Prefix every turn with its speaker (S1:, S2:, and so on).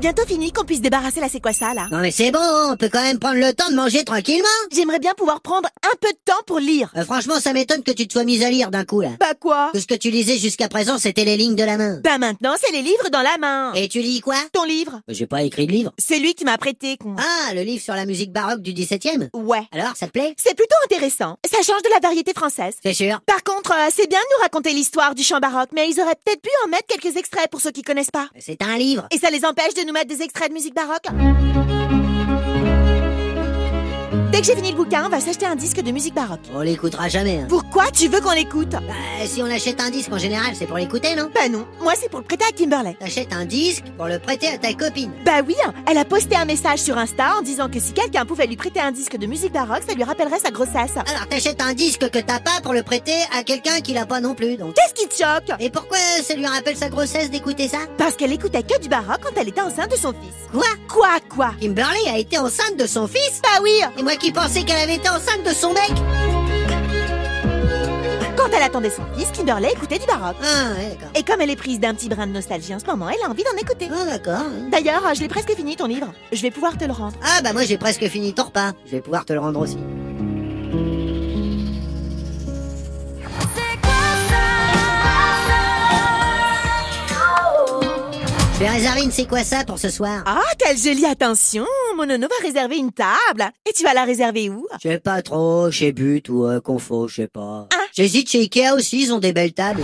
S1: bientôt fini qu'on puisse débarrasser la hein? séquassa, là.
S2: Non mais c'est bon, on peut quand même prendre le temps de manger tranquillement.
S1: J'aimerais bien pouvoir prendre un peu de temps pour lire.
S2: Euh, franchement, ça m'étonne que tu te sois mise à lire d'un coup là.
S1: Bah quoi
S2: Tout ce que tu lisais jusqu'à présent, c'était les lignes de la main.
S1: Bah maintenant, c'est les livres dans la main.
S2: Et tu lis quoi Euh,
S1: Ton livre
S2: J'ai pas écrit de livre.
S1: C'est lui qui m'a prêté, con.
S2: Ah, le livre sur la musique baroque du 17e
S1: Ouais.
S2: Alors, ça te plaît
S1: C'est plutôt intéressant. Ça change de la variété française.
S2: C'est sûr.
S1: Par contre, euh, c'est bien de nous raconter l'histoire du chant baroque, mais ils auraient peut-être pu en mettre quelques extraits pour ceux qui connaissent pas.
S2: C'est un livre.
S1: Et ça les empêche de nous mettre des extraits de musique baroque Dès que j'ai fini le bouquin, on va s'acheter un disque de musique baroque.
S2: On l'écoutera jamais. hein.
S1: Pourquoi tu veux qu'on l'écoute
S2: Bah, si on achète un disque en général, c'est pour l'écouter, non
S1: Bah non, moi c'est pour le prêter à Kimberley.
S2: T'achètes un disque pour le prêter à ta copine.
S1: Bah oui, hein, elle a posté un message sur Insta en disant que si quelqu'un pouvait lui prêter un disque de musique baroque, ça lui rappellerait sa grossesse.
S2: Alors, t'achètes un disque que t'as pas pour le prêter à quelqu'un qui l'a pas non plus, donc.
S1: Qu'est-ce qui te choque
S2: Et pourquoi ça lui rappelle sa grossesse d'écouter ça
S1: Parce qu'elle écoutait que du baroque quand elle était enceinte de son fils.
S2: Quoi
S1: Quoi, quoi
S2: Kimberly a été enceinte de son fils
S1: Bah oui
S2: Et moi qui pensais qu'elle avait été enceinte de son mec
S1: Quand elle attendait son fils, Kimberley écoutait du baroque.
S2: Ah, ouais, d'accord.
S1: Et comme elle est prise d'un petit brin de nostalgie en ce moment, elle a envie d'en écouter.
S2: Ah, d'accord. ouais.
S1: D'ailleurs, je l'ai presque fini ton livre. Je vais pouvoir te le rendre.
S2: Ah, bah moi j'ai presque fini ton repas. Je vais pouvoir te le rendre aussi. Je vais réserver une c'est quoi ça pour ce soir
S1: Ah, quelle jolie attention Mon nono va réserver une table. Et tu vas la réserver où
S2: Je sais pas trop, chez But ou euh, Confo, je sais pas.
S1: Ah.
S2: J'hésite chez Ikea aussi, ils ont des belles tables.